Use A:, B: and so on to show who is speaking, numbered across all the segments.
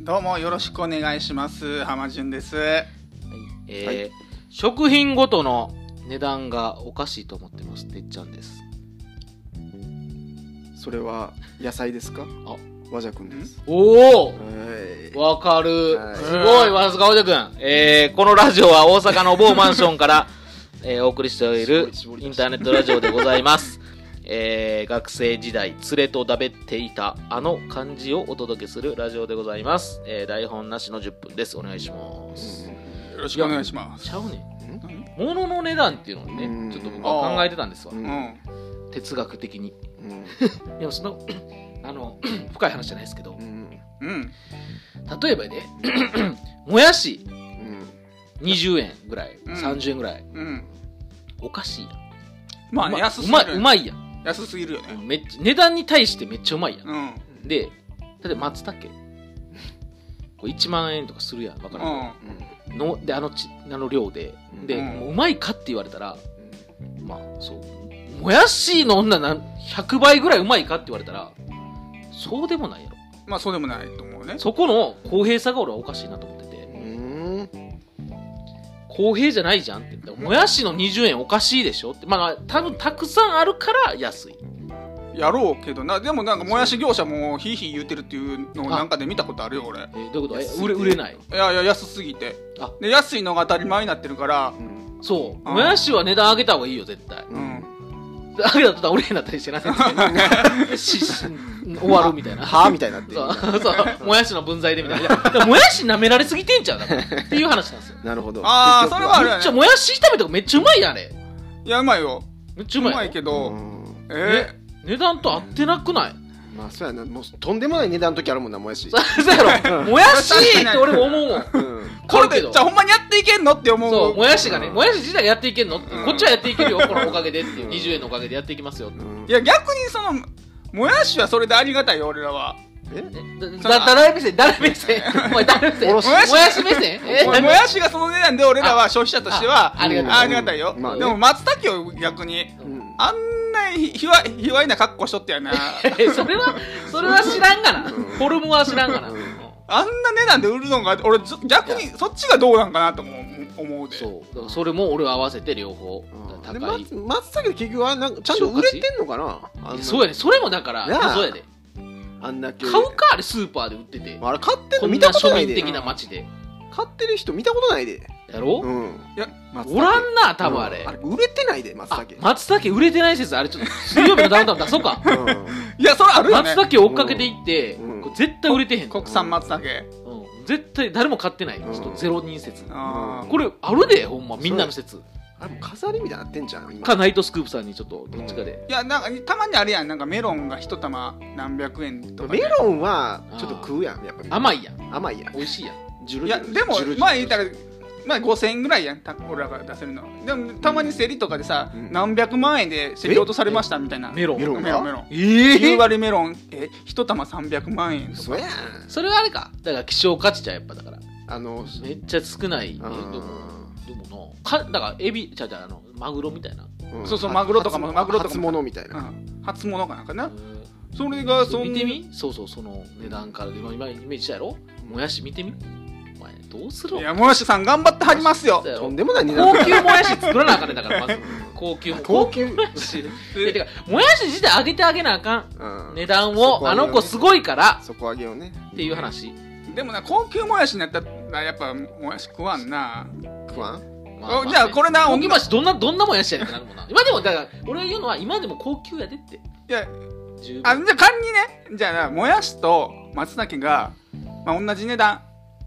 A: どうもよろしくお願いします浜潤です
B: はい、えー食品ごとの値段がおかしいと思ってますてっちゃんです
C: それは野菜ですか
B: あ
C: 和じゃくんです
B: おお
C: はい
B: わかる
C: はい
B: すごいわすがおじゃくん、えー、このラジオは大阪の某マンションから、 えーお送りしている
C: すごい絞り
B: イン
C: 出し
B: ターネットラジオでございます、 えー、学生時代連れとだべっていたあの漢字をお届けするラジオでございます、えー、台本なしの10分ですお願いします、
A: よろしくお願いします
B: ちゃうねん物の値段っていうのを
C: うん
B: ねちょっと僕は考えてたんですわ
C: うん
A: うん
B: 哲学的に
C: うん
B: でもその あの深い話じゃないですけど
C: うん
A: うん
B: 例えばね もやし
C: うん
B: 20円ぐらい、
A: ん
B: 30円ぐらい
A: うん
B: おかしいやん
A: まあ
B: う
A: ね
B: ま
A: 安す
B: う
A: ぎ
B: ま
A: る
B: うまいやん
A: 安すぎるよね
B: めっちゃ値段に対してめっちゃうまいやん、
A: うん
B: で例えば松茸これ1万円とかするやんわかる、
A: うん
B: のであのちあの量でで、
A: うん
B: もううまいかって言われたらまあそうもやしの女なん100倍ぐらいうまいかって言われたらそうでもないやろ
A: まあそうでもないと思うね
B: そこの公平さが俺はおかしいなと思ってて、
C: うん
B: 公平じゃないじゃんって言ってもやしの20円おかしいでしょってまあ多分たくさんあるから安い
A: やろうけどなでもなんかもやし業者もひいひい言ってるっていうのをなんかで見たことあるよ俺い
B: えーどういうことえ
C: 安い
B: 売れ売れない
A: やいや安すぎて
B: あ
A: で安いのが当たり前になってるから
C: うん
B: そう
A: うん
B: もやしは値段上げた方がいいよ絶対
A: う
C: うんん
B: 上げたと俺になったり してないしし終わるみたいな
C: はあみたいになってる
B: そうそうもやしの分際でみたいないやでももやし舐められすぎてんちゃうだからっていう話なんですよ
C: なるほど
A: あー
C: 結局
A: それはある
B: めっちゃもやし炒めとかめっちゃうまいやんあれ
A: いやうまいよ
B: めっちゃ
A: う
B: うまい
A: まいけ
C: う
A: ど
C: ん
A: えー
B: 値段と合ってなくない
C: まあそうやなもうとんでもない値段の時あるもんなもやし
B: そうそうやろもやしって俺も思うもん
C: うん
A: これ
B: 買うけ
A: で
B: ど
A: じゃあほんまにやっていけんのって思う
B: そう、もやしがね、
C: うん
B: もやし自体やっていけんのって、
A: うん
B: こっちはやっていけるよ、このおかげでっていう、
C: うん
B: 20円のおかげでやっていきますよって。
C: うん
A: いや逆にそのもやしはそれでありがたいよ俺らは
C: え
B: えだ、だ、誰目線誰目線お前誰目線
C: お
B: も
C: ろし
B: やし目線え
A: もやしがその値段で俺らは消費者としては
B: あありが
C: う
B: と
C: ん
B: う。
A: あありがたいよ、
C: まあね
A: でも松茸を逆に
C: うん
A: あんなひひわひわいな格好しと ったよな
B: えそれは、それは知らんがな。
C: うん
B: フォルムは知らんがな。
C: うん
B: うん
A: あんな値段で売るのが俺ず逆にそっちがどうなんかなと思う思うで
B: そう。だからそれも俺は合わせて両方
C: う。んで
B: 高い
C: 松。松茸結局はなんかちゃんと売れてんのかなあんな
B: そうやね。それもだか
C: な
B: ら、
C: あ
B: そうやで。
C: あんだけ
B: 買うか、あれスーパーで売ってて。
C: あれ買ってる
B: こ
C: の
B: ん
C: 見
B: な
C: たこと
B: 庶
C: ない
B: 民
C: で
B: 的な街で。
C: 買ってる人見たことないで
B: やろ
C: うん
A: いや
B: おらんな、多分あれ
C: あ。れ売れてないで松
B: あ
C: 茸、
B: 松茸売れてない説、あれちょっと、水曜日のダウンタウン出そうか。
A: いやそれあるよね
B: 松茸を追っかけていって、
C: うん
B: これ絶対売れてへん、
A: 国産松茸、
B: うん絶対誰も買ってない、
C: うん
B: ちょっとゼロ人説
A: あー
B: これあるでほんまみんなの説
C: あれもう飾りみたいになってんじゃん今
B: かナイトスクープさんにちょっとどっちかで、
A: いやなんかたまにあるやんなんかメロンが一玉何百円とか、
C: メ
A: ね、
C: ロンはちょっと食うやんやっぱ
B: 甘
C: い
B: いやん
C: 甘いやん
B: 美味しいやん
C: ジュ
A: い
C: ルジ
A: や
C: ュル
A: でも
C: ジュルジュル
A: 前言ったらまあ5000円ぐらいやんた俺らが出せるのでもたまに競りとかでさ、
C: うん
A: 何百万円で競り落とされましたみたいな
B: メロン
C: メロン
A: メロンメロン
B: え
A: 夕
B: ー、
A: 張メロンえ一玉300万円
C: 嘘やん
B: それはあれかだから希少価値じゃんやっぱだから
C: あの
B: めっちゃ少ない、
C: あー
B: でもでもなかだからエビじゃじゃあのマグロみたいな、
C: ん
A: そうそうマグロとかも
C: 初
A: マグロとかも
C: 初物みたいな
A: うん、初物かなんか
B: う
A: な、
B: ん
A: それがそん
B: 見てみそうそうその値段から今今イメージしたやろもやし見てみお前どうする
A: いやもやしさん頑張ってはりますよ
B: だよ
C: とんでもない値段
B: 高級もやし作らなあかんねだからまず高級も
C: 高級
B: もやしえてかもやし自体上げてあげなあか
C: うんん
B: 値段
C: そこ
B: を
C: は
B: あ
C: ね
B: の子すごいから
C: 底上げをね
B: っていう話
A: でもな高級もやしになったらやっぱもやし食わんな
C: 食わん
A: おじゃあこれな
B: 高級もやしどんなどんなもんやしやねんってなるもんな今でもだから俺が言うのは今でも高級やでって
A: いや
B: 十分
A: あじゃあ仮にねじゃあなもやしと松茸が、まあ、同じ値段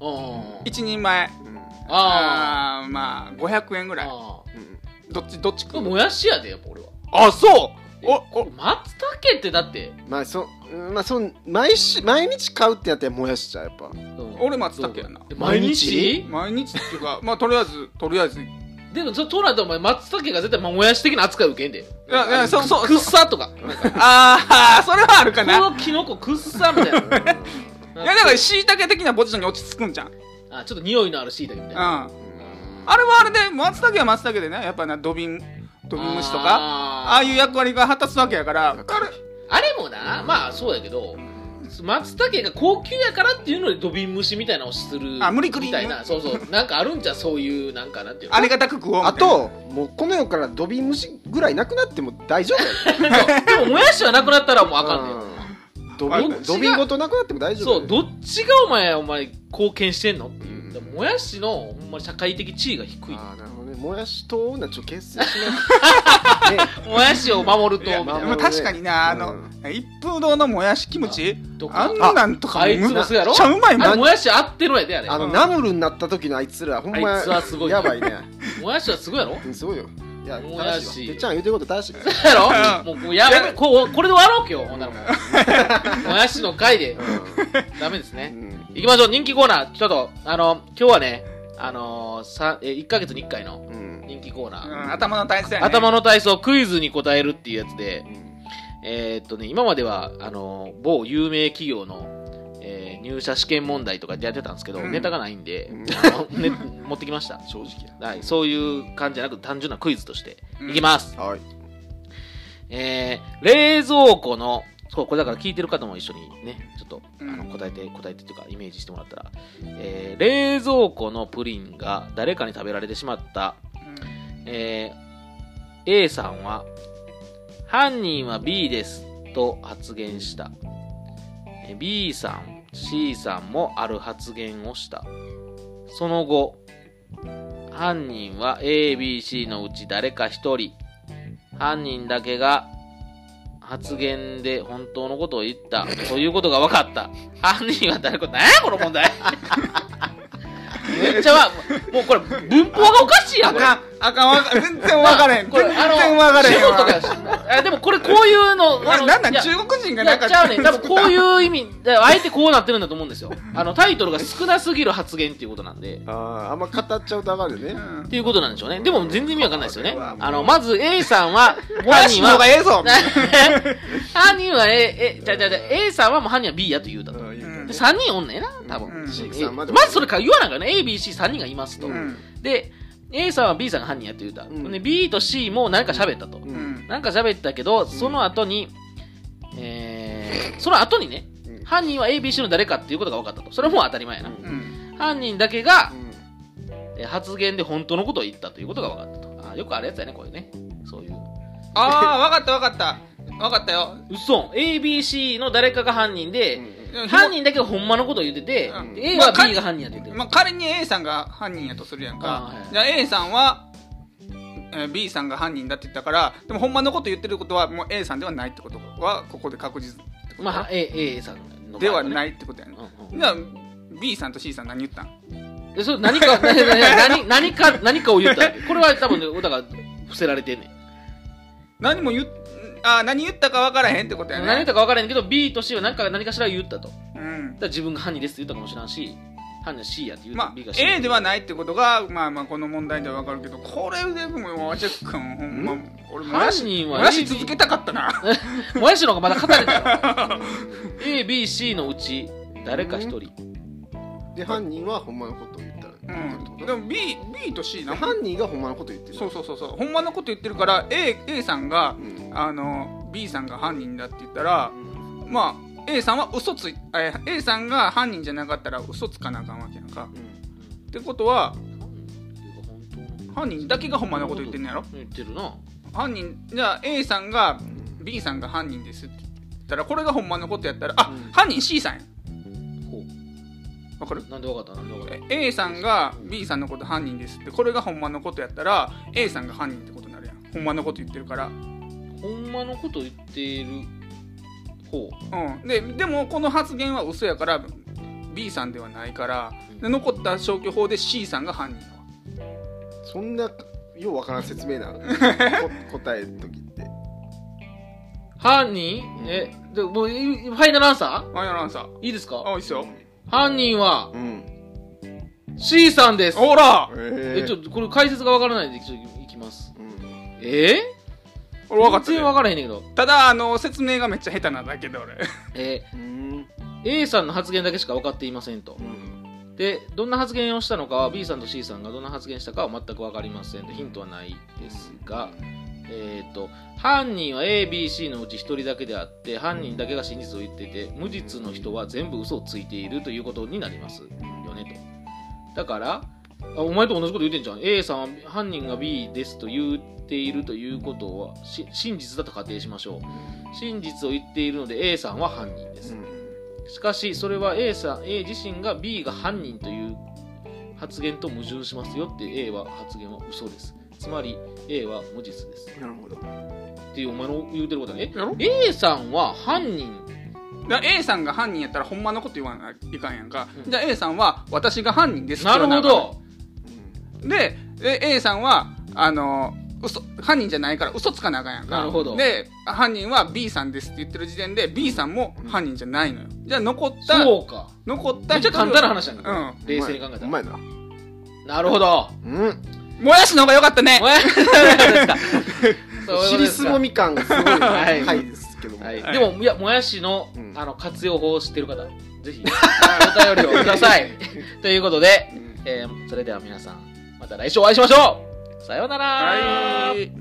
B: うんうんうん
A: 一人前
C: うん
B: あ
A: あーまあ500円ぐ
B: ー
A: らい
B: あ
C: うん
A: どっちどっち食
B: ー
A: う
B: もやしやでやっぱ俺は
A: あそうおお
B: 松茸ってだって
C: まあそうんまあそう毎週毎日買うってやったらもやしちゃうやっぱ
B: うん
A: 俺松茸やな
B: 毎日
C: 毎
A: 毎日っていうかまあとりあえずとりあえずい
B: でもそとなるとお前松茸が絶対まあもやし的な扱い受けんで
A: やいやそうそう
B: くっさとか
A: ああそれはあるかな
B: このキノコくっさみたい な
A: いやだから椎茸的なポジションに落ち着くんじゃんうん
B: あちょっと匂いのあるしいたけみたいな
A: あ
C: うん
A: れはあれで松茸は松茸でねやっぱなドビンドビン虫とかああ
B: あー
A: いう役割が果たすわけやからあれ
B: あれもなまあそうやけど松茸が高級やからっていうので土瓶蒸しみたいなのをする
A: あ無理くり
B: み
A: ね
B: たいなそうそうなんかあるんじゃうそういうなんかなんていうの
A: ありがたく食おうみたいな
C: あともうこの世からドビムシぐらいなくなっても大丈夫やで
B: でももやしはなくなったらもうあかんねん
C: うんドビ
A: あ
C: ンドビンごとなくなっても大丈夫
B: そ
C: や
B: う
C: で
B: どっちがお前お前貢献してんのっていう、でももやしのほんまに社会的地位が低い
C: あーなるほどねもやしと女ちょっと結成し ないね
B: もやしを守ると
A: いや
B: みたい
A: で
B: な
A: も確かにな、
C: うん
A: あの一風堂のもやしキムチ
B: と
A: あ
B: か
A: んなんとか
B: あいつもそうやろ
A: めっちゃうまいも
B: あれ
A: ん
B: もやし合ってるやであれ
C: あの
A: うん
C: ナムルになった時のあいつらほんま
B: あいつはすごい
C: やばいね
B: もやしはすごいやろ
C: うんすごいよいや
B: もやし
C: 正しいわてっちゃん言うてること正しいわ
B: そうやろもうもうやめこうこれで終わろう今日ほんならも うもやしの回でダメです
C: う
B: ね
C: ん
B: 行きましょう人気コーナーちょっとあの今日はねあのさえ1ヶ月に1回の
C: うん
B: 人気コーナー、
A: うん頭の体操やね
B: 頭の体操クイズに答えるっていうやつで
C: う、ん
B: えーっとね、今まではあの某有名企業の、えー入社試験問題とかでやってたんですけど、
A: うん
B: ネタがないんで、
C: うん
B: あのね、持ってきました、
C: 正直や
B: はい、そういう感じじゃなく単純なクイズとして
A: うん
B: いきます、
C: はい
B: えー冷蔵庫のそうこれだから聞いてる方も一緒にねちょっとあの
A: うん
B: 答えて答えてっていうかイメージしてもらったら、えー冷蔵庫のプリンが誰かに食べられてしまったえー A さんは、犯人は B ですと発言した。えー B さん、C さんもある発言をした。その後、犯人は A、B、C のうち誰か一人、犯人だけが発言で本当のことを言ったということが分かった。犯人は誰か、なんやこの問題めっちゃわ、もうこれ文法がおかしいや
A: あ
B: ん、これ。
A: かんあかんわか全然分かれへん
B: これ
A: 全
B: あの
A: 然分かれへんわ
B: 中国とかやしあでもこれこういうの
A: こ
B: あ
A: れ
B: の
A: なんなん
B: いや
A: 中国人が
B: い
A: な
B: や
A: んか
B: ちゃうねん 多分こういう意味であえてこうなってるんだと思うんですよあのタイトルが少なすぎる発言っていうことなんで
C: あーあんま語っちゃうとあかんで
A: う
C: ね
A: ん
B: っていうことなんでしょうねでも全然意味わかんないですよね
A: これはもう
B: あのまず A さん は
A: もやしの方が
B: は
A: ええぞ
B: 犯人は A, A, ちゃうちゃうちゃう A さんはもう犯人は B やと言うたと
C: うん言う
A: うん
B: で3人おんねんな多
C: う
B: 分、
A: う
C: ん
A: ん
C: シーク
B: え
C: さん
B: ま
C: まで
B: ずそれから言わないからね ABC3 人がいますと、
A: うん
B: で A さんは B さんが犯人やと言うた、
C: うん
B: で B と C も何か喋ったと、
C: う
A: うんん
B: なんか喋ったけど、その後に、えー、その後にね、
C: うん
B: 犯人は ABC の誰かっていうことが分かったと。それはもう当たり前やな。
C: うん
A: うん
B: 犯人だけが、えー発言で本当のことを言ったということが分かったと。あーよくあるやつやね、こういうね。そういう。
A: ああ分かった分かった分かったよ
B: 嘘 ABC の誰かが犯人で、
A: でも
B: 犯人だけがほんまのことを言ってて、
A: うん
B: で A
A: ま
B: は
A: あか
B: B が犯人やって言ってる。
A: まあ、仮に A さんが犯人やとするやんか
B: あーはい
A: じゃあ A さんは、えー B さんが犯人だって言ったからでもほんまのこと言ってることはもう A さんではないってことはここで確実ってこと
B: まあ、A, A さんの、。
A: ではないいってことやね
B: うん
A: じゃあ B さんと C さん何言ったん
B: うん、でそれ何か 何何何か何かを言ったわけこれは多分ねだから伏せられてんねん
A: 何も言っあー何言ったか分からへんってことやね
B: 何言ったか分からへんけど B と C は何か何かしら言ったとだか
A: うん
B: ら自分が犯人ですって言ったかもしれんし犯人は C やって言うと
A: まあ
B: B が、C
A: A ではないってことが、まあまあ、この問題ではわかるけど、これでも、ワチェックん、ほんま、俺もやし、
B: 犯人は
A: もやし
B: AB
A: 続けたかったな。
B: もやしの方がまだ語れた ABC のうち誰か一人
C: で犯人はほんまのことを言ったら
A: う
C: 言ってるってこ
A: ん。
C: と
A: でも B、B と C
C: で
A: な。
C: 犯人がほんまのこと言ってる
A: そうそうそうそう。ほんまのこと言ってるから、A、A さんが
C: う、ん
A: あの、B さんが犯人だって言ったら、まあ、A さんは嘘つい、え A さんが犯人じゃなかったら嘘つかなあかんわけやんか。ってことは、犯人だけがほんまのこと言ってんのやろ
B: 言ってるな
A: 犯人、じゃあ A さんが B さんが犯人ですって言ったら、これがほんまのことやったら、あ、
C: うん
A: 犯人 C さんや。
B: ほ
A: わかる
B: うなんでわかったなんでわかっ
A: え A さんが B さんのこと犯人ですってこれがほんまのことやったら A さんが犯人ってことになるやんほんまのこと言ってるから、
B: たほんまのこと言っている方
A: うん、ででもこの発言は嘘やから B さんではないからで残った消去法で C さんが犯人やわ
C: そんなようわからん説明な のこ答える時って
B: 犯人えでもういファイナルアンサ
A: ファイナルアンサー
B: ーいいですか
A: あいいっすよ
B: 犯人は
C: うん、
B: C さんです
A: ほら
C: えー
B: えちょっとこれ解説がわからないんでちょっといきます
C: うん
B: えー
A: 俺分かった
B: 全
A: で
B: 然分からへんねんけど、
A: ただあの説明がめっちゃ下手なだけで俺
B: え
C: うん
B: ー A さんの発言だけしか分かっていませんと
C: うん
B: でどんな発言をしたのかは B さんと C さんがどんな発言したかは全く分かりませんとヒントはないですが、えー、と犯人は ABC のうち1人だけであって犯人だけが真実を言っていて無実の人は全部嘘をついているということになりますよねとだからあお前と同じこと言ってんじゃん A さんは犯人が B ですと言っているということはし真実だと仮定しましょう真実を言っているので A さんは犯人です、しかしそれは A さん A 自身が B が犯人という発言と矛盾しますよっていう A は発言は嘘ですつまり A は無実です
C: なるほど。
B: っていうお前の言うてることはね
A: やろ
B: A さんは犯人
A: だから A さんが犯人やったらほんまのこと言わないかんやんか、じゃあ A さんは私が犯人ですって
B: な
A: 言
B: る
A: わな
B: ほ
A: あかん
B: ど
A: でで A さんはあの嘘犯人じゃないから嘘つかなあかんやんか
B: なるほど
A: で犯人は B さんですって言ってる時点で B さんも犯人じゃないのよじゃあ残った
B: そうか
A: 残った
B: めっちゃ簡単な話
A: だ
B: なんだけど、冷静に考えた
C: う
B: ら
C: まいな。う
B: なるほど
C: ん。
A: うんもやしの方が良かったね
B: お前そういうことですか
C: 尻すぼみ感がすごい
B: はい
C: 高いですけども。
B: はい、でもいやもやしの,、
C: うん
B: あの活用法を知ってる方ぜひお便りをくださいということで、えーそれでは皆さんまた来週お会いしましょうさようなら
A: はい